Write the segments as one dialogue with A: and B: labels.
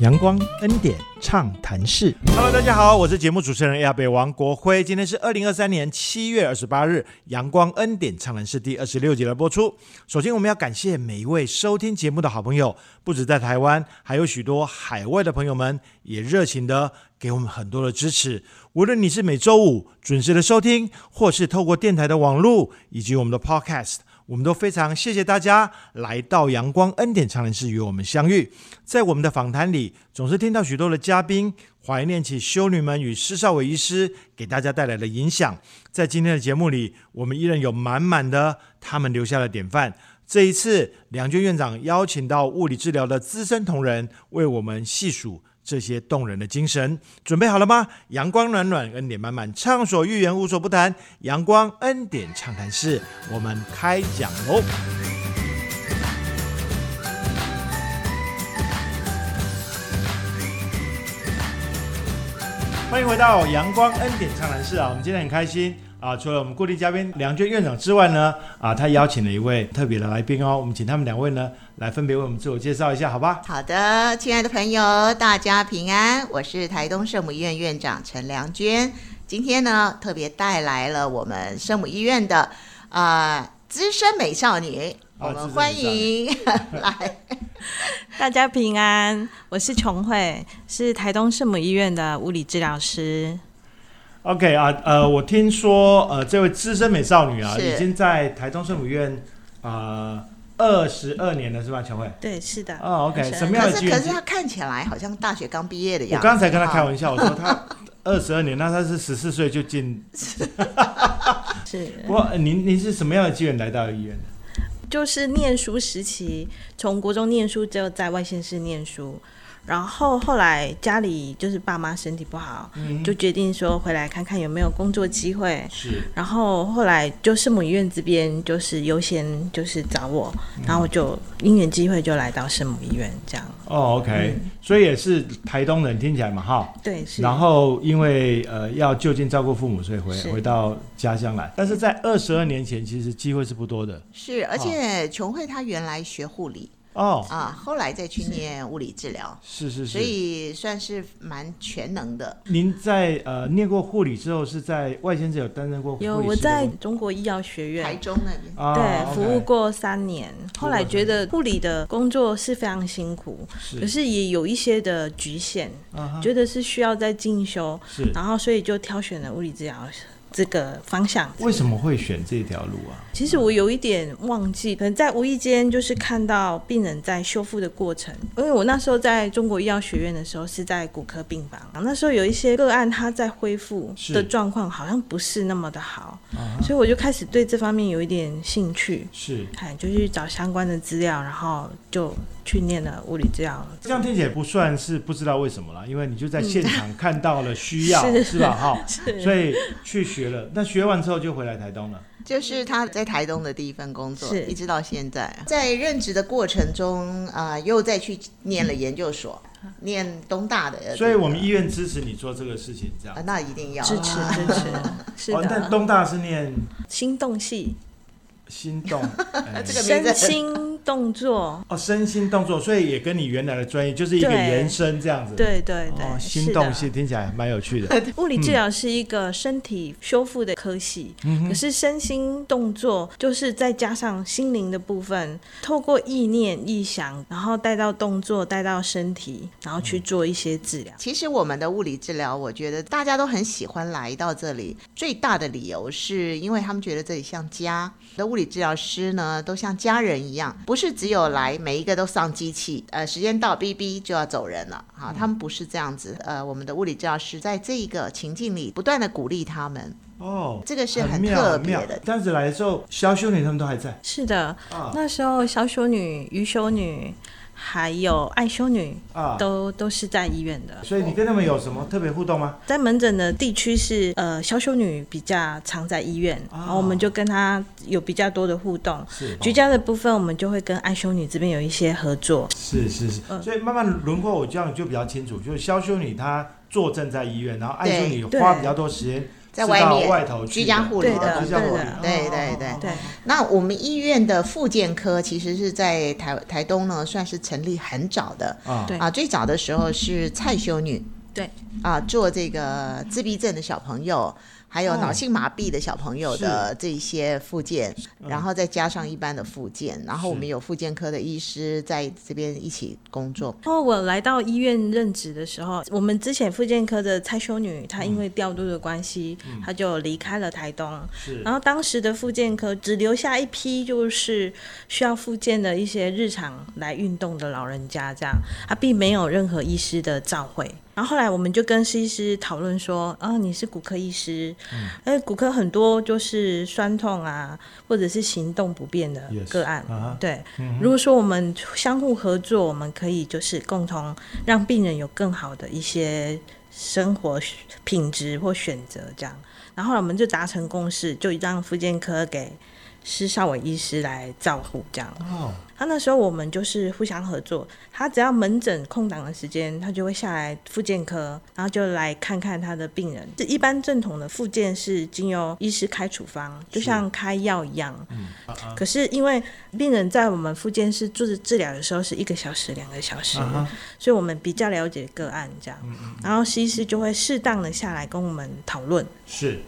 A: 阳光恩典畅谈室，
B: Hello，大家好，我是节目主持人亚北王国辉，今天是二零二三年七月二十八日，《阳光恩典畅谈室》第二十六集的播出。首先，我们要感谢每一位收听节目的好朋友，不止在台湾，还有许多海外的朋友们也热情的给我们很多的支持。无论你是每周五准时的收听，或是透过电台的网络以及我们的 Podcast。我们都非常谢谢大家来到阳光恩典长人室与我们相遇。在我们的访谈里，总是听到许多的嘉宾怀念起修女们与施少伟医师给大家带来的影响。在今天的节目里，我们依然有满满的他们留下的典范。这一次，梁娟院长邀请到物理治疗的资深同仁为我们细数这些动人的精神。准备好了吗？阳光暖暖，恩典满满，畅所欲言，无所不谈。阳光恩典畅谈室，我们开讲喽！欢迎回到阳光恩典畅谈室啊！我们今天很开心啊，除了我们固定嘉宾梁娟院长之外呢，啊，他邀请了一位特别的来宾哦，我们请他们两位呢来分别为我们自我介绍一下，好吧？
C: 好的，亲爱的朋友，大家平安，我是台东圣母医院院长陈良娟。今天呢，特别带来了我们圣母医院的呃资深美少女，
B: 啊
C: 我
B: 资深美
C: 们欢迎来
D: 大家平安，我是琼慧，是台东圣母医院的物理治疗师。
B: OK 啊，呃，我听说呃，这位资深美少女啊，
C: 是
B: 已经在台东圣母院啊二十二年了，是吧？乔慧？
D: 对，是的
B: 哦，OK，
D: 22
B: 什么样
C: 可
B: 的机
C: 是
B: 缘
C: 可
B: 机
C: 是她看起来好像大学刚毕业的
B: 我
C: 样子。
B: 刚才跟他开
C: 笑，
B: 玩笑，我说他二十二年，那他是十四岁就进。
D: 是
B: 不过呃您您是什么样的机缘来到医院的？
D: 就是念书时期，从国中念书就在外县市念书，然后后来家里就是爸妈身体不好，
B: 嗯
D: 就决定说回来看看有没有工作机会。
B: 是
D: 然后后来就圣母医院这边就是优先就是找我，
B: 嗯
D: 然后就因缘机会就来到圣母医院这样。
B: 哦，OK，所以也是台东人，听起来嘛哈。
D: 对，是。
B: 然后因为呃要就近照顾父母，所以回
D: 是
B: 回到家乡来。但是在二十二年前，其实机会是不多的
C: 是，而且琼慧她原来学护理
B: 哦。
C: 啊，后来再去念物理治疗，
B: 是是是。
C: 所以算是蛮全能的。
B: 您在呃念过护理之后，是在外县市有担任过护理师的
D: 有
B: 工作？
D: 我在中国医药学院
C: 台中那边
B: 啊
D: 对，服务
B: OK，
D: 过三年，后来觉得护理的工作是非常辛苦，可
B: 是
D: 是也有一些的局限，
B: 啊哈
D: 觉得是需要再进修，
B: 是
D: 然后所以就挑选了物理治疗这个方向。
B: 为什么会选这条路啊？
D: 其实我有一点忘记，可能在无意间就是看到病人在修复的过程，因为我那时候在中国医药学院的时候是在骨科病房，那时候有一些个案他在恢复
B: 是啊
D: 的状况好像不是那么的好，所以我就开始对这方面有一点兴趣。
B: 是
D: 哎，就去找相关的资料，然后就去念了物理治疗。
B: 这样听起来不算是不知道为什么啦，因为你就在现场看到了需要，
D: 是
B: 是吧？哈，
D: 是
B: 所以去学了。那学完之后就回来台东了。
C: 就是他在台东的第一份工作，
D: 是
C: 一直到现在，在任职的过程中，啊，又再去念了研究所，念东大
D: 呃
C: 的，呃
B: 所以我们医院支持你做这个事情，这样
C: 啊。那一定要
D: 支持支持，是
B: 哦，但
D: 的，
B: 东大是念
D: 心动系，
B: 心 动，哎
C: 这个名字
D: 身心动 作，
B: 哦，身心动作，所以也跟你原来的专业就是一个
D: 对
B: 延伸这样子。
D: 对对对，
B: 哦，
D: 是
B: 心
D: 的
B: 动系听起来蛮有趣的。
D: 物理治疗是一个身体修复的科系，
B: 嗯
D: 可是身心动作就是再加上心灵的部分，透过意念、意想，然后带到动作，带到身体，然后去做一些治疗。
C: 其实我们的物理治疗，我觉得大家都很喜欢来到这里。最大的理由是因为他们觉得这里像家。我的物理治疗师呢，都像家人一样，不是只有来每一个都上机器，呃，时间到哔哔就要走人了。啊嗯好，他们不是这样子。呃，我们的物理治疗师在这一个情境里，不断的鼓励他们。
B: 哦，
C: 这个是很
B: 妙
C: 特
B: 很妙
C: 别的
B: 但是来的时候，肖修女他们都还在
D: 是的，
C: 嗯
B: 啊
D: 那时候小修女、余修女，还有爱修女，
B: 啊，
D: 都都是在医院的。
B: 所以你跟他们有什么特别互动吗？
D: 在门诊的地区是呃，小修女比较常在医院，
B: 啊
D: 然后我们就跟她有比较多的互动。
B: 是
D: 居家的部分，我们就会跟爱修女这边有一些合作。
B: 是是是，
C: 嗯
B: 所以慢慢轮廓我这样就比较清楚，就是肖修女她坐镇在医院，然后艾
C: 对
B: 修女
D: 对
B: 花比较多时间
C: 在外
B: 是到
C: 面
B: 外头去
C: 居家护理
D: 对的
C: 的
B: 居
C: 工
B: 家
C: 作
B: 护
D: 对
B: 理
D: 的，
C: 对对
B: 哦
C: 对
B: 哦哦
D: 对
C: 那我们医院的复健科其实是在台台东呢，算是成立很早的
B: 啊，
D: 对
C: 啊。最早的时候是蔡修女，
D: 对
C: 啊，做这个自闭症的小朋友，还
D: 哦
C: 有脑性麻痹的小朋友的这一些复健，
B: 嗯
C: 然后再加上一般的复健，然后我们有复健科的医师在这边一起工作。
D: 然后我来到医院任职的时候，我们之前复健科的蔡修女，她因
B: 嗯
D: 为调度的关系，她就离开了台东。
B: 是
D: 然后当时的复健科只留下一批就是需要复健的一些日常来运动的老人家，这样她并没有任何医师的照会。然后后来我们就跟医师讨论说，啊，你是骨科医师，
B: 嗯
D: 哎、骨科很多就是酸痛啊，或者是行动不便的
B: Yes，
D: 个案
B: 啊哈
D: 对。如果说我们相互合作，我们可以就是共同让病人有更好的一些生活品质或选择这样。然后我们就达成共识，就让复健科给施少伟医师来照顾这样。
B: 哦，
D: 他那时候我们就是互相合作，他只要门诊空档的时间，他就会下来复健科，然后就来看看他的病人。这一般正统的复健是经由医师开处方，就像开药一样。可是因为病人在我们复健室做治疗的时候是一个小时、两个小时，所以我们比较了解个案这样。然后西医师就会适当的下来跟我们讨论。
B: 是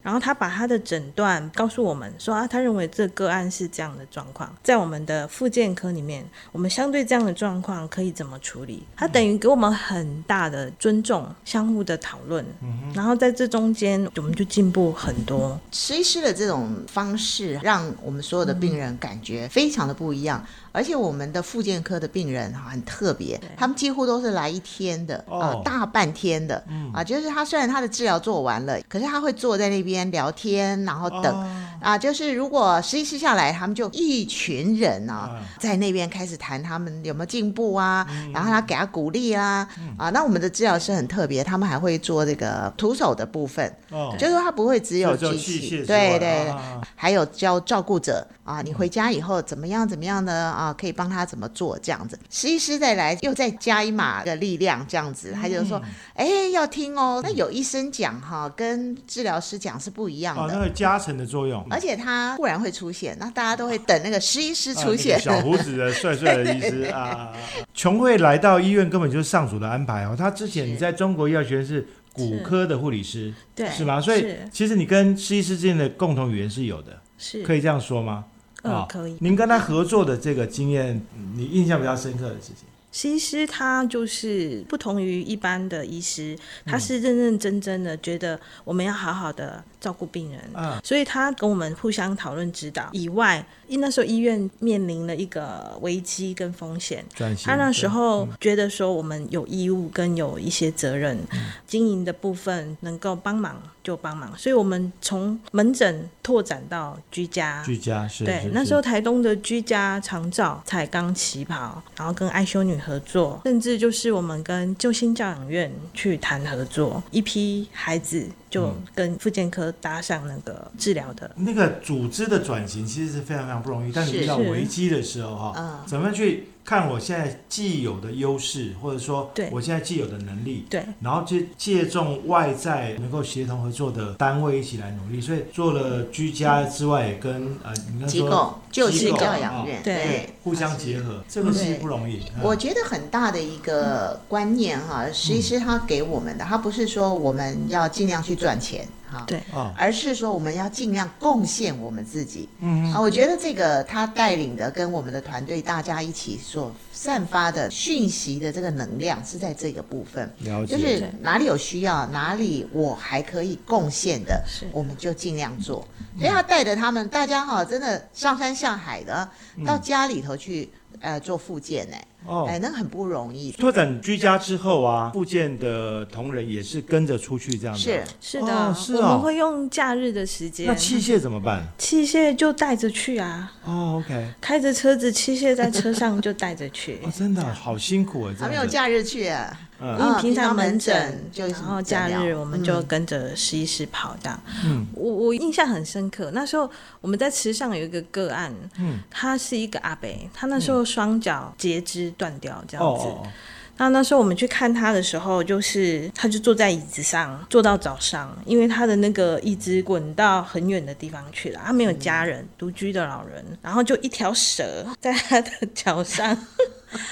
D: 然后他把他的诊断告诉我们说啊，他认为这个案是这样的状况，在我们的复健科里面，我们相对这样的状况可以怎么处理？他等于给我们很大的尊重，相互的讨论，
B: 嗯
D: 然后在这中间我们就进步很多。
C: 实医师的这种方式，让我们所有的病人感觉非常的不一样。而且我们的复健科的病人哈很特别，他们几乎都是来一天的啊、
B: 哦
C: 大半天的、啊，就是他虽然他的治疗做完了，可是他会坐在那边聊天，然后
B: 哦
C: 等、啊，就是如果实习师下来，他们就一群人
B: 啊
C: 啊，在那边开始谈他们有没有进步啊，然后他给他鼓励啊，啊，那我们的治疗师很特别，他们还会做这个徒手的部分，
B: 哦，
C: 就是说它不会只有
B: 就
C: 机
B: 就器械
C: 器，
B: 之
C: 对
B: 外嗯
C: 对对
B: 啊
C: 还有教照顾者啊，你回家以后怎么样怎么样的啊，可以帮他怎么做这样子。实习师再来又再加一码的力量这样子，他就说，
B: 嗯
C: 哎、要听哦。那有医生讲哈，跟治疗师讲是不一样
B: 啊，那
C: 的。
B: 个加成的作用，
C: 而且他忽然会出现，那大家都会等那个实习师
B: 啊
C: 出现。
B: 那个小胡子的帅帅的医师啊，琼慧来到医院根本就是上主的安排哦。她之前
C: 是
B: 你在中国医药学院是骨科的护理师，
D: 对，
B: 是吗？所以
D: 是
B: 其实你跟施医师之间的共同语言是有的，
D: 是
B: 可以这样说吗？
D: 嗯
B: 啊
D: 可以
B: 您跟他合作的这个经验，嗯你印象比较深刻的事情
D: 西医师他就是不同于一般的医师，他
B: 嗯
D: 是认认真真的觉得我们要好好的照顾病人，
B: 啊
D: 所以他跟我们互相讨论指导以外，因那时候医院面临了一个危机跟风险。
B: 转型。
D: 他那时
B: 对嗯
D: 候觉得说我们有义务跟有一些责任，
B: 嗯
D: 经营的部分能够帮忙就帮忙，所以我们从门诊拓展到居家，
B: 居家是
D: 对，
B: 是
D: 那
B: 是
D: 时候台东的居家长照才刚起跑，然后跟爱修女合作，甚至就是我们跟救星教养院去谈合作，一批孩子就跟复健科搭上那个治疗的。
B: 那个组织的转型其实是非常非常不容易，但你
C: 是
B: 遇到
D: 是
B: 危机的时候哈
C: 嗯，
B: 怎么样去看我现在既有的优势，或者说
D: 对
B: 我现在既有的能力，
D: 对，
B: 然后去借重外在能够协同合作的单位一起来努力，所以做了居家之外，也跟呃，你刚
C: 机
B: 说
C: 构、救
B: 机
C: 济
B: 构
C: 教养院，
B: 哦
D: 对
C: 对，
B: 互相
C: 结。
B: 结合，这个是不容易。嗯
C: 我觉得很大的一个观念哈，实际是他给我们的，他不是说我们要尽量去赚钱哈，
D: 对
B: 哦
C: 而是说我们要尽量贡献我们自己。
B: 嗯
C: 啊，我觉得这个他带领的跟我们的团队大家一起所散发的讯息的这个能量是在这个部分，
B: 了
C: 就
B: 解，
C: 是哪里有需要，哪里我还可以贡献的
D: 是，
C: 我们就尽量做。
B: 嗯
C: 所以他带着他们大家哈，真的上山下海的
B: 嗯
C: 到家里头去呃做复健呢、
B: 哦。
C: 哎，那个很不容易。
B: 拓展居家之后啊，部件的同仁也是跟着出去这样的。
C: 是，
D: 是的，
B: 哦是哦
D: 我们会用假日的时间
B: 那，器械怎么办？
D: 器械就带着去啊，
B: 哦，OK，。
D: 开着车子，器械在车上就带着去
B: 哦，真的好辛苦啊，这
C: 他们
B: 样
C: 有
B: 子。
C: 假日去、啊，
D: 因
B: 嗯
D: 为平
C: 平
D: 常
C: 常
D: 门
C: 门
D: 诊
C: 诊，就
D: 然
C: 是
D: 后
C: 诊
D: 假日
C: 疗嗯
D: 我们就跟着实医师跑这样。
B: 嗯
D: 我我印象很深刻，那时候我们在池上有一个个案，
B: 嗯
D: 他是一个阿伯，他那时候双脚截肢断掉这样子，
B: 哦哦，哦
D: 那那时候我们去看他的时候，就是他就坐在椅子上坐到早上，因为他的那个椅子滚到很远的地方去了，他没有家人，独居的老人，然后就一条蛇在他的脚上。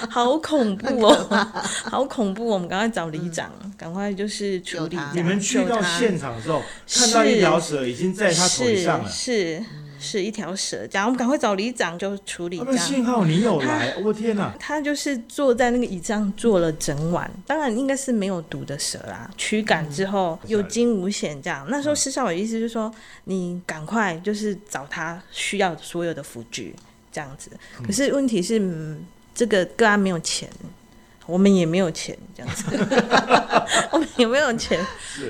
D: 好恐怖哦，好恐怖、哦！我们赶快找里长，赶、快就是处
C: 救
D: 理
C: 他
D: 这
B: 你
D: 样。
B: 们去
D: 救
B: 到
D: 他
B: 现场的时候，看到一条蛇已经在他腿上了，
D: 是是是一条蛇，这样我们赶快找里长就处理
B: 他
D: 这
B: 们
D: 样。
B: 幸好你有来，我天哪！
D: 他就是坐在那个椅子上坐了整晚，当然应该是没有毒的蛇啦。驱赶之后有惊无险，这样。那时候施少伟意思就是说，你赶快就是找他需要所有的辅具，这样子。可是问题是，嗯、这个个案没有钱，我们也没有钱，这样子，我们也没有钱，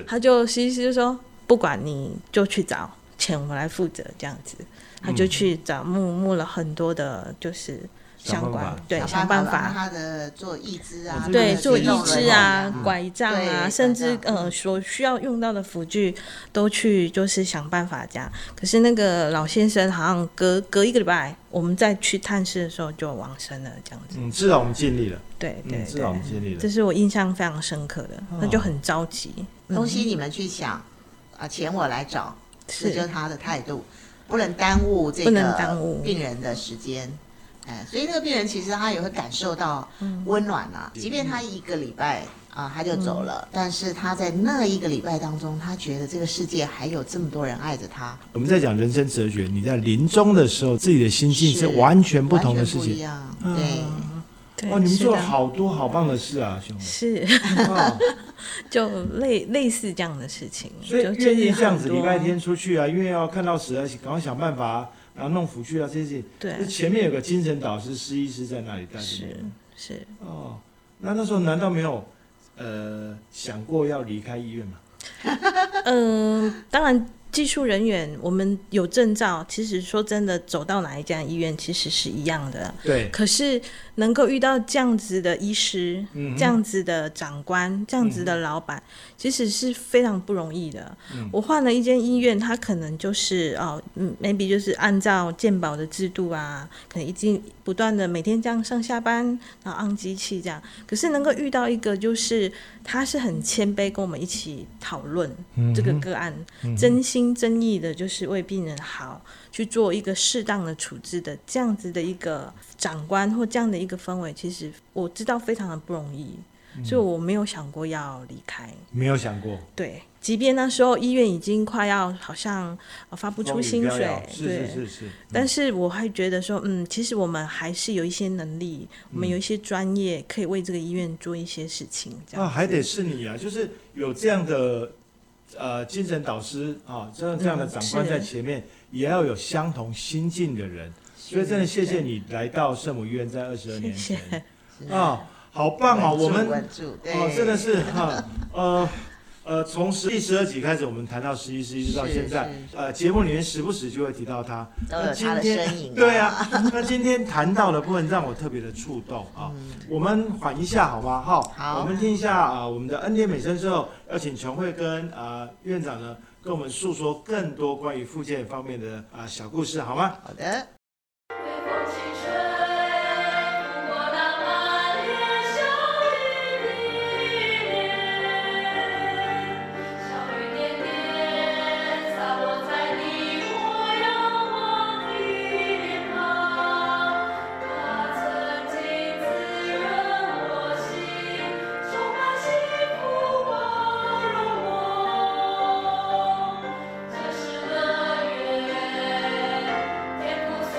D: 他就西西就说不管你就去找钱，我来负责这样子。他就去找募募了很多的，就是
B: 想办
D: 相关
B: 法
D: 对想办
C: 让
D: 法，
C: 他的做义肢啊，
B: 哦我这个
D: 对
B: 是
D: 做
B: 移
D: 义
B: 动的
D: 肢
B: 那
D: 啊
B: 种、
D: 拐杖啊，
C: 对
D: 甚
C: 拐
D: 至
C: 杖
D: 呃所需要用到的辅具都去就是想办法这样。可是那个老先生好像隔隔一个礼拜，我们再去探视的时候就往生了这样子。
B: 嗯，至少我们尽力了，
D: 对对
B: 嗯，至
D: 对
B: 少我，们尽力了
D: 这。是我印象非常深刻的，那就很着急。
C: 嗯东西你们去想啊，钱我来找，这就是
D: 嗯是
C: 他的态度，不能耽误这
D: 不能耽
C: 个
D: 误
C: 病人的时间。哎，所以那个病人其实他也会感受到
D: 嗯
C: 温暖啊，即便他一个礼拜啊他就
D: 嗯
C: 走了，但是他在那一个礼拜当中，他觉得这个世界还有这么多人爱着他，
B: 我们在讲人生哲学，你在临终的时候，自己的心境是完全不同的事
C: 完全不一
B: 情。
C: 样，
B: 嗯
C: 对。
D: 对
B: 哦哇，你们
D: 是
B: 做了
D: 的
B: 好多好棒的事啊，兄弟！
D: 是
B: 哇
D: 就类类似这样的事情，
B: 所以
D: 就
B: 愿意这样子，
D: 就是
B: 礼
D: 很多
B: 拜天出去啊，因为要看到蛇，赶快想办法、啊，然后弄辅具啊这些事情。
D: 对
B: 那前面有个精神导师、师医师在那里带着你
D: 是
B: 们。
D: 是
B: 哦，那那时候难道没有呃想过要离开医院吗？
D: 嗯，当然，技术人员我们有证照，其实说真的，走到哪一家医院其实是一样的。
B: 对，
D: 可是能够遇到这样子的医师、
B: 嗯哼
D: 这样子的长官、这样子的老板，其实是非常不容易的。
B: 嗯
D: 我换了一间医院，他可能就是哦，嗯，maybe 就是按照健保的制度啊，可能已经不断的每天这样上下班，然后按机器这样。可是能够遇到一个就是他是很谦卑，跟我们一起讨论这
B: 嗯
D: 个个案，真心真意的，就是为病人好，去做一个适当的处置的这样子的一个长官或这样的一个氛围，其实我知道非常的不容易，
B: 嗯
D: 所以我没有想过要离开。
B: 没有想过。
D: 对，即便那时候医院已经快要好像、呃发不出薪
B: 风雨
D: 水
B: 飘摇，是
D: 对
B: 是是是。
D: 但是我还觉得说，嗯，其实我们还是有一些能力，我
B: 嗯
D: 们有一些专业可以为这个医院做一些事情，这样
B: 啊，
D: 子
B: 还得是你啊，就是有这样的呃精神导师啊，这样这样的长官
D: 嗯是
B: 在前面，也要有相同心境的人。所以真的谢谢你来到圣母医院，在二十二年
D: 谢
B: 前
D: 谢。
B: 啊，好棒哦！我们
C: 稳住，对，
B: 哦，真的是哈，呃呃，从十第十二集开始，我们谈到十一、十一，直到
C: 是
B: 现在，呃，节目里面时不时就会提到他。
C: 都有他
B: 那今
C: 的
B: 天
C: 身影。
B: 对，啊，那今天谈到的部分让我特别的触动啊。
C: 嗯
B: 我们缓一下好吗？哈，
C: 好
B: 我们听一下啊、呃我们的恩典美声之后，邀请陈慧跟啊、呃院长呢，跟我们诉说更多关于复健方面的啊、呃小故事，好吗？
C: 好的。
E: 微风轻吹，拂过那满脸笑意的脸，小雨点点洒落在你我仰望的脸庞，它曾经滋润我心，充满幸福包容我。这是乐园。天赋所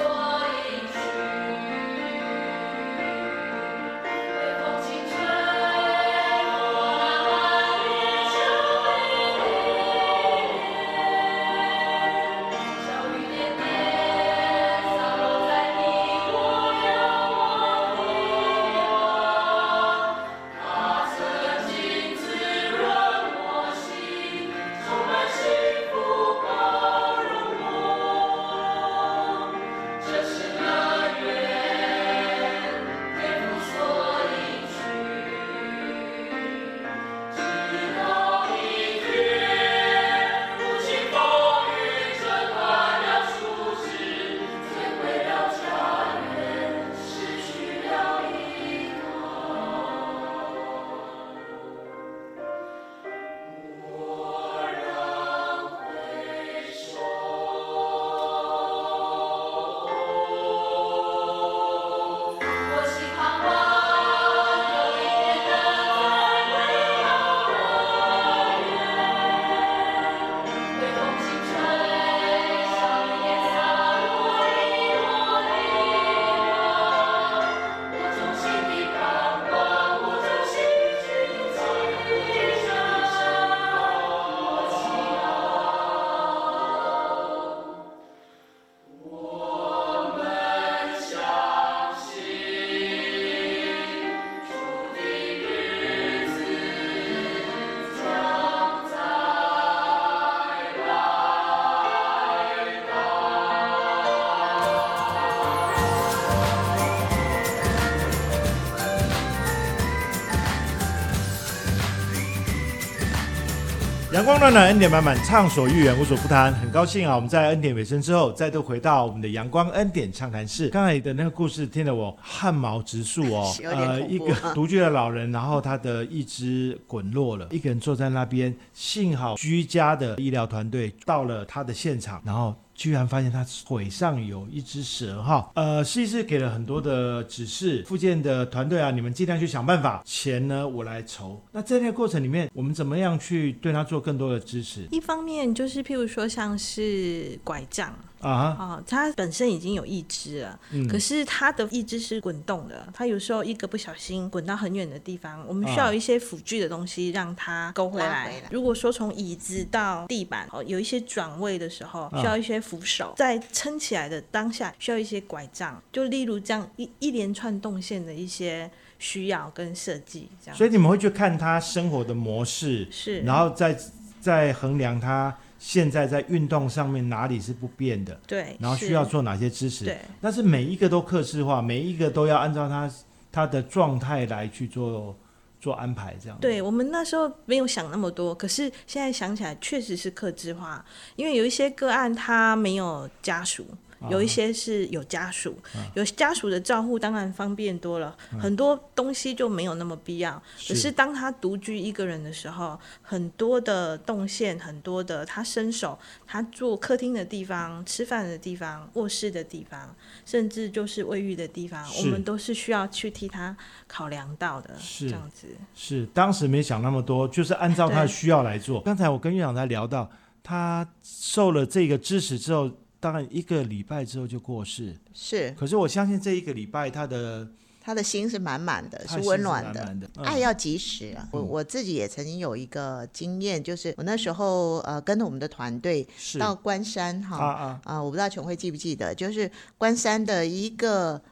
B: 光暖暖，恩典满满，畅所欲言，无所不谈。很高兴啊，我们在恩典尾声之后，再度回到我们的阳光恩典畅谈室。刚才的那个故事听得我汗毛直竖
C: 。
B: 哦
C: 有点恐怖
B: 一个独居的老人，然后他的一只滚落了，一个人坐在那边，幸好居家的医疗团队到了他的现场，然后。居然发现他腿上有一只蛇哈，呃，西医师给了很多的指示，附件的团队啊，你们尽量去想办法，钱呢我来筹。那在那个过程里面，我们怎么样去对他做更多的支持
D: 一方面就是譬如说像是拐杖
B: 啊哈？
D: 哦，它本身已经有一只了，
B: 嗯
D: 可是它的一只是滚动的，它有时候一个不小心滚到很远的地方，我们需
B: 啊
D: 要有一些辅具的东西让它勾回
C: 拉
D: 来。
C: 回来
D: 如果说从椅子到地板，哦，有一些转位的时候
B: 啊
D: 需要一些扶手，在撑起来的当下需要一些拐杖，就例如这样一一连串动线的一些需要跟设计，这样
B: 所以你们会去看他生活的模式，
D: 是。
B: 然后再再衡量他现在在运动上面哪里是不变的，
D: 对，
B: 然后
D: 是
B: 需要做哪些支持。
D: 对。
B: 但是每一个都克制化，每一个都要按照他他的状态来去做做安排，这样。
D: 对我们那时候没有想那么多，可是现在想起来确实是克制化，因为有一些个案他没有家属。有一
B: 啊
D: 些是有家属，有家属的照护当然方便多了，很多东西就没有那么必要。
B: 嗯是
D: 可是当他独居一个人的时候，很多的动线，很多的他伸手，他坐客厅的地方、吃饭的地方、卧室的地方，甚至就是卫浴的地方，我
B: 是
D: 们都是需要去替他考量到的，
B: 是
D: 这样子。
B: 是当时没想那么多，就是按照他的需要来做。刚才我跟院长在聊到，他受了这个支持之后，当然一个礼拜之后就过世。
C: 是
B: 可是我相信这一个礼拜他的
C: 他的心是满满的，
B: 他
C: 是
B: 心
C: 温暖
B: 满
C: 的。
B: 满的嗯
C: 爱要及时啊！我我自己也曾经有一个经验，就是我那时候呃跟着我们的团队
B: 嗯是
C: 到关山
B: 啊
C: 哈
B: 啊
C: 啊、我不知道琼慧记不记得，就是关山的一个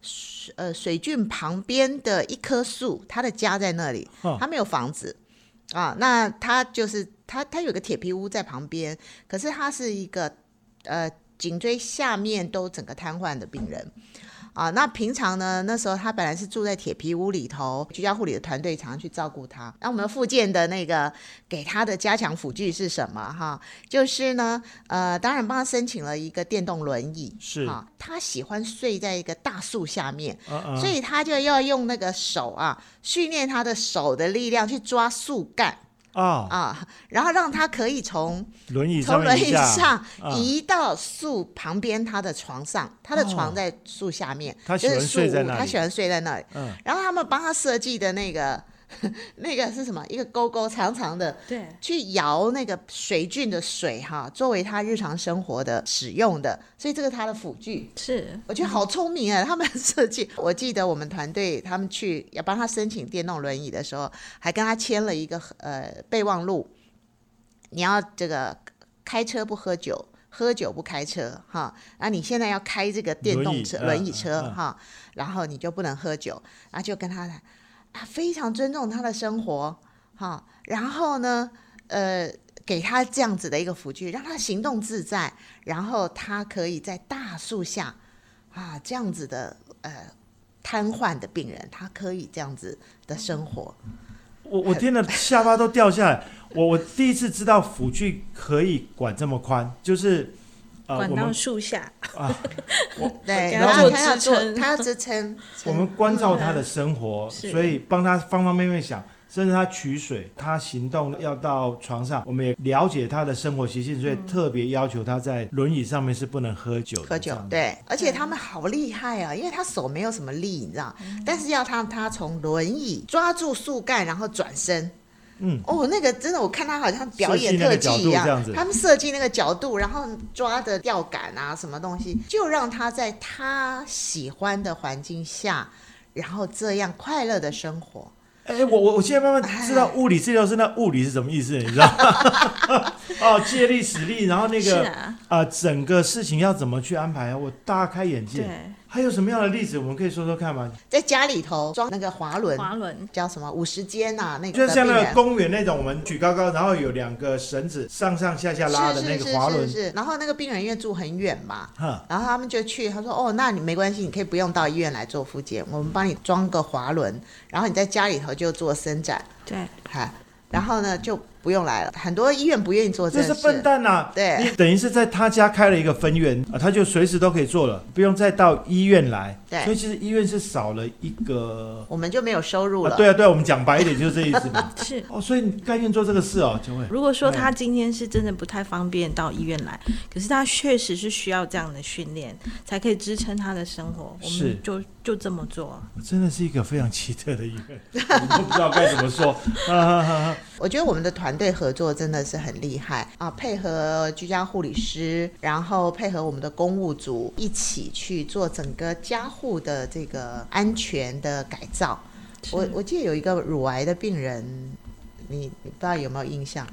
C: 水呃水郡旁边的一棵树，他的家在那里
B: 哦，
C: 他没有房子啊，那他就是他他有个铁皮屋在旁边，可是他是一个呃颈椎下面都整个瘫痪的病人。啊，那平常呢？那时候他本来是住在铁皮屋里头，居家护理的团队常常去照顾他。那我们附件的那个给他的加强辅具是什么？哈，就是呢，呃，当然帮他申请了一个电动轮椅。
B: 是啊
C: 啊，他喜欢睡在一个大树下面，
B: 啊，
C: 所以他就要用那个手啊，训练他的手的力量去抓树干
B: 啊
C: 啊，然后让他可以从
B: 轮椅上
C: 从轮
B: 面
C: 椅
B: 一下
C: 上
B: 啊
C: 移到树旁边他的床上，他的
B: 哦
C: 床在树下面，
B: 他喜
C: 就
B: 欢
C: 是树
B: 睡在
C: 屋
B: 那
C: 他
B: 里
C: 喜欢睡在那里。
B: 嗯
C: 然后他们帮他设计的那个那个是什么？一个勾勾长长的，
D: 对，
C: 去摇那个水郡的水哈，作为他日常生活的使用的，所以这个他的辅具。
B: 嗯
D: 是
C: 我觉得好聪明啊！他们设计。 我记得我们团队他们去要帮他申请电动轮椅的时候，还跟他签了一个呃备忘录，你要这个开车不喝酒，喝酒不开车哈。那你现在要开这个电动车
B: 轮
C: 轮
B: 椅
C: 椅车
B: 嗯嗯嗯
C: 哈，然后你就不能喝酒，然后就跟他谈啊，非常尊重他的生活哈。然后呢，呃。给他这样子的一个辅具，让他行动自在，然后他可以在大树下啊这样子的呃瘫痪的病人，他可以这样子的生活。
D: 嗯
B: 我我听了下巴都掉下来。我我第一次知道辅具可以管这么宽，就是呃，
D: 管
B: 我
D: 到
B: 们
D: 树下，
C: 对，
D: 给
C: 然
D: 他
C: 后
D: 做
C: 他要
D: 支
C: 做，
D: 撑
C: 他要支撑。 嗯
B: 我们关照他的生活，
D: 嗯是
B: 所以帮他方方面面想，甚至他取水，他行动要到床上，我们也了解他的生活习性，
D: 嗯
B: 所以特别要求他在轮椅上面是不能喝酒的。
C: 喝酒
B: 这，样，
C: 对，而且他们好厉害啊，因为他手没有什么力，你知道，
D: 嗯
C: 但是要他他从轮椅抓住树干，然后转身。
B: 嗯，
C: 哦，那个真的，我看他好像表
B: 设
C: 演
B: 计那
C: 特
B: 个
C: 技
B: 角度
C: 一样，
B: 这样子
C: 他们设计那个角度，然后抓着吊杆啊，什么东西，就让他在他喜欢的环境下，然后这样快乐的生活。
B: 哎，我我我现在慢慢知
C: 哎
B: 道物理治疗师那物理是什么意思，你知道吗？ 哦，借力使力，然后那
D: 是
B: 个
D: 啊，
B: 啊、整个事情要怎么去安排啊？我大开眼界。
D: 对，
B: 还有什么样的例子我们可以说说看吗？
C: 在家里头装那个滑轮，
D: 滑轮
C: 叫什么五十肩呐，那个
B: 就
C: 的
B: 像
C: 病
B: 那个
C: 人
B: 公园那种，我们举高高，然后有两个绳子上上下下拉的那个滑轮
C: 是是，是是是。然后那个病人因为住很远嘛，
B: 哈，
C: 然后他们就去，他说：“哦，那你没关系，你可以不用到医院来做复健，我们帮你装个滑轮，然后你在家里头就做伸展，
D: 对，
C: 哈，然后呢就不不用来了。很多医院不愿意做
B: 这
C: 正
B: 是
C: 事，
B: 笨蛋呐、
C: 对
B: 你等于是在他家开了一个分院啊，他就随时都可以做了，不用再到医院来。
C: 对
B: 所以其实医院是少了一个。
C: 我们就没有收入
B: 啊
C: 了。
B: 对啊，对啊，我们讲白一点就是这意思嘛。
D: 是。
B: 哦，所以你甘愿做这个事哦，就会。
D: 如果说他今天是真的不太方便到医院来，可是他确实是需要这样的训练，才可以支撑他的生活，我
B: 是
D: 们就就这么做啊。
B: 真的是一个非常奇特的医院，我都不知道该怎么说。啊哈哈哈
C: 我觉得我们的团队合作真的是很厉害啊，配合居家护理师，然后配合我们的公务组一起去做整个家护的这个安全的改造。我我记得有一个乳癌的病人，你你不知道有没有印象？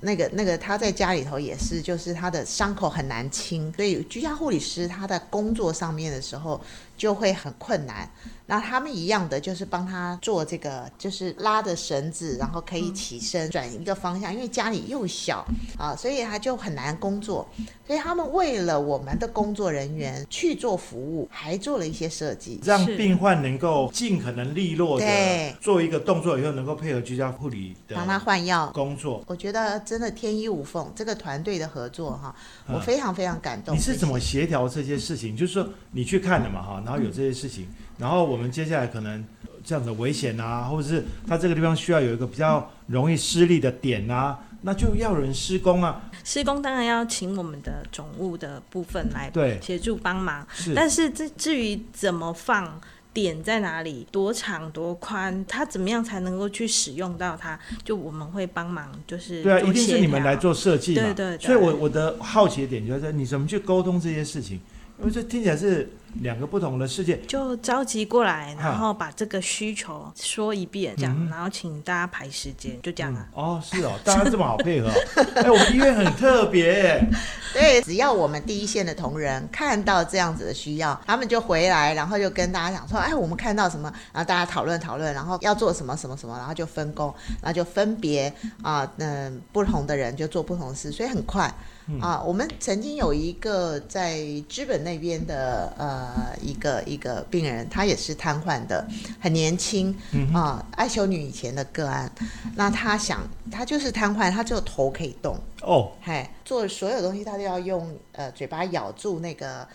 C: 那个那个他在家里头也是，就是他的伤口很难清，所以居家护理师他在工作上面的时候就会很困难。然后他们一样的就是帮他做这个，就是拉着绳子，然后可以起身转一个方向，因为家里又小啊，所以他就很难工作。所以他们为了我们的工作人员去做服务，还做了一些设计。
B: 让病患能够尽可能利落的
C: 对
B: 做一个动作，以后能够配合居家护理
C: 帮他
B: 的
C: 换药。
B: 工作。
C: 我觉得真的天衣无缝，这个团队的合作哈，
B: 嗯
C: 我非常非常感动。
B: 你是怎么协调这些事情？就是说你去看了嘛哈，然后有这些事情，然后我们接下来可能呃这样的危险啊，或者是他这个地方需要有一个比较容易施力的点啊，那就要有人施工啊。
D: 施工当然要请我们的总务的部分来
B: 对
D: 协助帮忙，
B: 是，
D: 但是至至于怎么放。点在哪里？多长多宽？它怎么样才能够去使用到它？就我们会帮忙，就是
B: 对啊，
D: 做
B: 一定
D: 协
B: 是你们
D: 调
B: 来做设计嘛。
D: 对对对
B: 所以我我的好奇的点就是，你怎么去沟通这些事情？因为这听起来是两个不同的世界。
D: 就召集过来，
B: 哈嗯
D: 然后把这个需求说一遍，这样，然后请大家排时间，就这样啊。
B: 哦，是哦，大家这么好 配合、哦。哎，我们医院很特别耶，
C: 对，只要我们第一线的同仁看到这样子的需要，他们就回来，然后就跟大家讲说，哎，我们看到什么，然后大家讨论讨论，然后要做什么什么什么，然后就分工，然后就分别啊，嗯、不同的人就做不同的事，所以很快啊。我们曾经有一个在资本那边的呃一个一个病人，他也是瘫痪的，很年轻啊，艾修女以前的个案，那他想他就是瘫痪，他只有头可以动。
B: 哦，
C: 嘿，做所有东西他都要用呃嘴巴咬住那个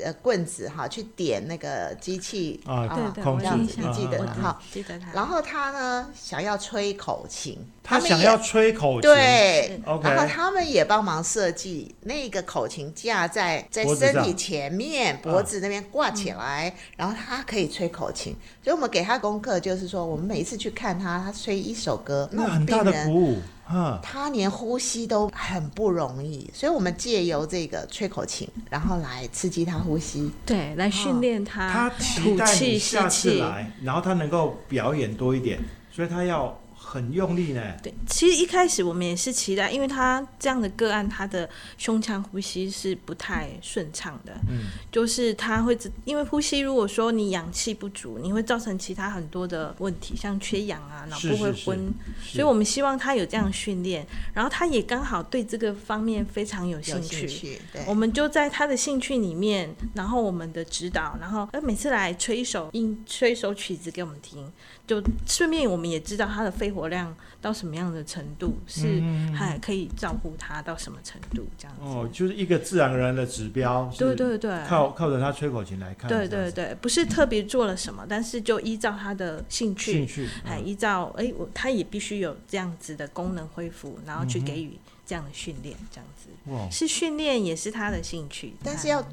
C: 呃棍子哈，去点那个机器
B: 啊
D: 对对，
B: 孔
D: 我
B: 子
D: 有印
B: 你
D: 象，
C: 记得
D: 我
B: 嗯
C: 哈。好
D: 记得他。
C: 然后他呢想要吹口琴，
B: 他
C: 们
B: 想
C: 也
B: 要吹口琴，
C: 对
D: 是。
B: ，OK，
C: 然后他们也帮忙设计那个口琴架在在
B: 脖子
C: 身
B: 上
C: 体前面，脖子那边挂起来，然后他可以吹口琴。所以我们给他功课就是说，我们每一次去看他，他吹一首歌，
B: 那
C: 种
B: 很大的
C: 病人
B: 鼓舞，
D: 啊
B: 哈，
C: 他连呼吸都很不容易，所以我们借由这个吹口琴，然后来刺激他呼吸。
D: 对，来训练他，
B: 哦他期
D: 吐
B: 待你
D: 气、
B: 下
D: 吸
B: 次
D: 气。
B: 来，然后他能够表演多一点，所以他要很用力呢。
D: 对，其实一开始我们也是期待，因为他这样的个案，他的胸腔呼吸是不太顺畅的，
B: 嗯，
D: 就是他会只因为呼吸，如果说你氧气不足，你会造成其他很多的问题，像缺氧啊，脑
B: 是
D: 部会
B: 是是
D: 昏
B: 所
D: 所以我们希望他有这样的训练，然后他也刚好对这个方面非常有
C: 有
D: 兴
C: 兴
D: 趣。
C: 趣，对
D: 我，们就在他的兴趣里面，然后我们的指导，然后呃每次来吹一首音，吹一首曲子给我们听，就顺便我们也知道他的肺活量到什么样的程度，是还可以照顾他到什么程度这样子。
B: 嗯哦，就是一个自然而然的指标，是
D: 对对对，
B: 靠靠着他吹口琴来看，
D: 对
B: 这样
D: 对
B: 子
D: 对，不是特别做了什么，但是就依照他的兴趣，
B: 兴趣，
D: 哎，
B: 嗯
D: 依照哎、我他也必须有这样子的功能恢复，然后去给予这样的训练，这样子
B: 嗯哇，
D: 是训练，也是他的兴趣，
C: 但是
D: 他
C: 要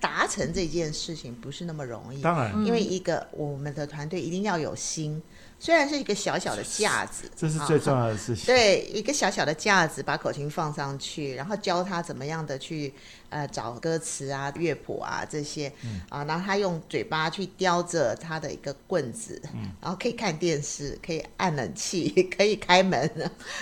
C: 达成这件事情不是那么容易，
B: 当
D: 嗯
B: 然。
C: 因为一个我们的团队一定要有心，虽然是一个小小的架子，
B: 这是
C: 啊
B: 最重要的事情。
C: 对，一个小小的架子，把口琴放上去，然后教他怎么样的去呃找歌词啊、乐谱啊这些、
B: 嗯
C: 啊，然后他用嘴巴去叼着他的一个棍子，
B: 嗯
C: 然后可以看电视，可以按冷气， 可以开门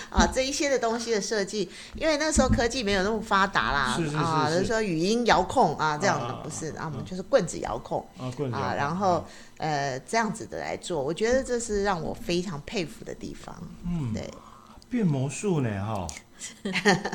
C: 啊，这一些的东西的设计，因为那时候科技没有那么发达啦，
B: 是是是
C: 啊，
B: 是
C: 就是说语音遥控啊这样的、
B: 啊啊啊
C: 不是
B: 啊
C: 啊，我们就是棍子遥控。
B: 啊，棍子嗯
C: 啊，然后呃，这样子的来做，我觉得这是让我非常佩服的地方。嗯，对。
B: 变魔术呢， 哈。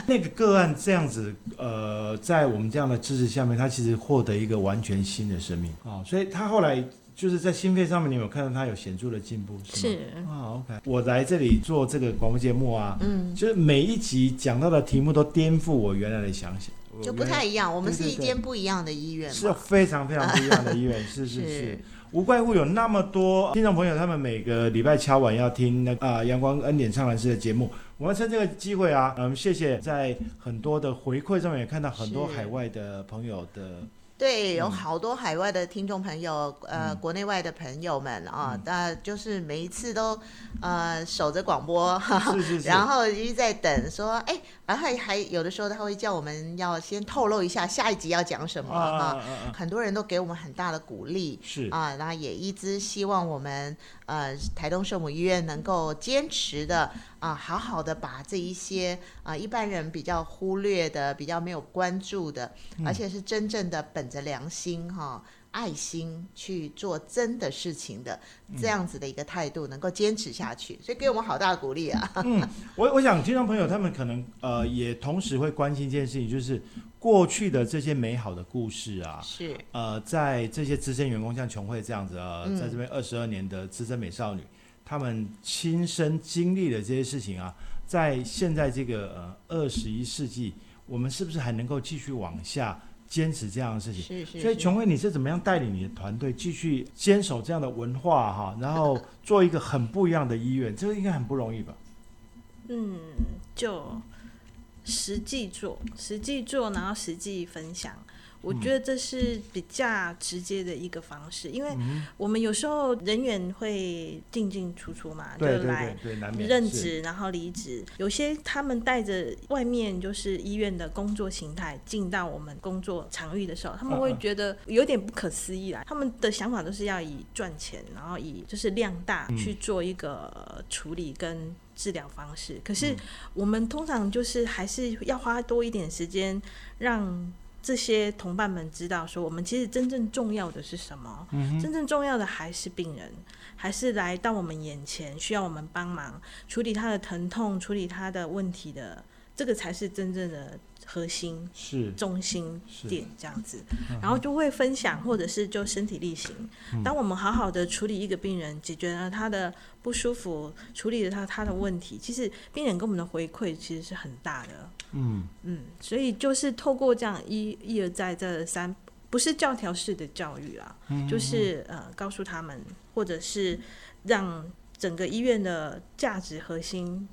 B: 那个个案这样子， 呃，在我们这样的支持下面，他其实获得一个完全新的生命哦，所以他后来就是在心肺上面，你有看到他有显著的进步，是吗？
D: 是
B: 哇，OK，我来这里做这个广播节目啊，嗯，就是每一集讲到的题目都颠覆我原来的想法，我
C: 就不
B: 原来
C: 太一样。我们
B: 对
C: 是
B: 对
C: 一
B: 对
C: 间不一样的医院
B: 是
C: 嘛，
B: 非常非常不一样的医院，是是
C: 是
B: 是，无怪乎有那么多听众朋友，他们每个礼拜敲碗要听那啊、阳光恩典唱蓝师的节目。我要趁这个机会啊，嗯，谢谢，在很多的回馈上面也看到很多
C: 是
B: 海外的朋友 的，
C: 对，
B: 嗯
C: 有好多海外的听众朋友，呃，国内外的朋友们
B: 嗯
C: 啊，那、就是每一次都呃守着广播，哈哈
B: 是是是，
C: 然后一直在等说，哎，然后还还有的时候他会叫我们要先透露一下下一集要讲什么
B: 啊啊
C: 哈、
B: 啊啊，
C: 很多人都给我们很大的鼓励
B: 是
C: 啊，那也一直希望我们呃台东圣母医院能够坚持的啊、好好的把这一些啊、一般人比较忽略的、比较没有关注的，
B: 嗯
C: 而且是真正的本着良心哈、爱心去做真的事情的
B: 嗯
C: 这样子的一个态度，能够坚持下去，所以给我们好大的鼓励啊！
B: 我我想听众朋友他们可能呃也同时会关心一件事情，就是过去的这些美好的故事啊，
C: 是
B: 呃，在这些资深员工像琼慧这样子，呃，
C: 嗯
B: 在这边二十二年的资深美少女，她们亲身经历的这些事情啊，在现在这个呃二十一世纪，我们是不是还能够继续往下坚持这样的事情？
C: 是是，
B: 所以，
C: 是
B: 琼慧，你是怎么样带领你的团队继续坚守这样的文化哈、然后做一个很不一样的医院，这个应该很不容易 吧？
D: 嗯，就实际做，实际做，然后实际分享。我
B: 嗯
D: 觉得这是比较直接的一个方式，因为
B: 嗯
D: 我们有时候人员会进进出出嘛，就
B: 对对
D: 来
B: 对对，难免
D: 任
B: 是
D: 职，然后离职。有些他们带着外面就是医院的工作形态进到我们工作场域的时候，他们
B: 嗯
D: 会
B: 嗯
D: 觉得有点不可思议啦。他们的想法都是要以赚钱，然后以就是量大
B: 嗯
D: 去做一个呃处理跟治疗方式。可
B: 嗯
D: 是我们通常就是还是要花多一点时间让。这些同伴们知道说，我们其实真正重要的是什么？
B: 嗯
D: 真正重要的还是病人，还是来到我们眼前，需要我们帮忙处理他的疼痛，处理他的问题的，这个才是真正的核心
B: 是
D: 中心
B: 是
D: 点这样子。然后就会分享，或者是就身体力行。当我们好好的处理一个病人，解决了他的不舒服，处理了他他的问题，其实病人给我们的回馈其实是很大的。
B: 嗯。
D: 嗯，所以就是透过这样一一而再再而三，不是教条式的教育啊，就是呃告诉他们，或者是让整个医院的价值核心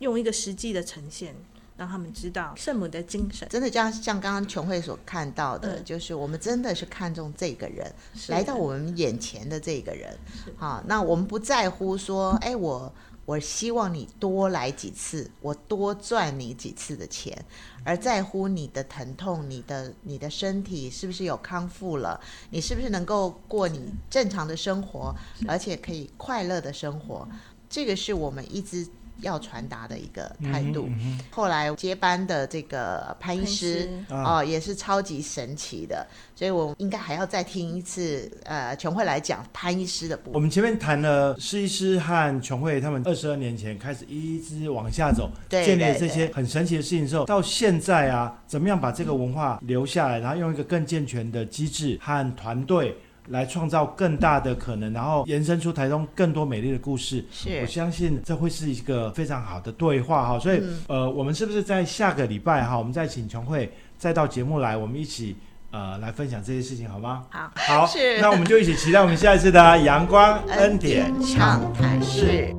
D: 用一个实际的呈现，让他们知道圣母的精神
C: 真的这样，像刚刚琼慧所看到的，
D: 嗯
C: 就是我们真的是看重这个人，
D: 是
C: 来到我们眼前的这个人，啊，那我们不在乎 说，哎，我我希望你多来几次，我多赚你几次的钱，而在乎你的疼痛，你的你的身体是不是有康复了，你是不是能够过你正常的生活，而且可以快乐的生活，这个是我们一直。要传达的一个态
B: 嗯
C: 度。后来接班的这个嗯潘医师，
B: 啊
C: 哦，也是超级神奇的，所以我应该还要再听一次，呃，琼慧来讲潘医师的部
B: 我
C: 分。
B: 们前面谈了施医师和琼慧他们二十二年前开始一直往下走，
C: 对
B: 建立了
C: 对
B: 这些很神奇的事情之后，到现在啊，怎么样把这个文化留下来，然后用一个更健全的机制和团队来创造更大的可能，然后延伸出台东更多美丽的故事。我
C: 是
B: 相信这会是一个非常好的对话哈，所以、呃，我们是不是在下个礼拜哈，我们再请琼慧再到节目来，我们一起呃来分享这些事情好吗？
D: 好。
B: 好，
C: 是
B: 那我们就一起期待我们下一次的阳光恩典
C: 畅谈室。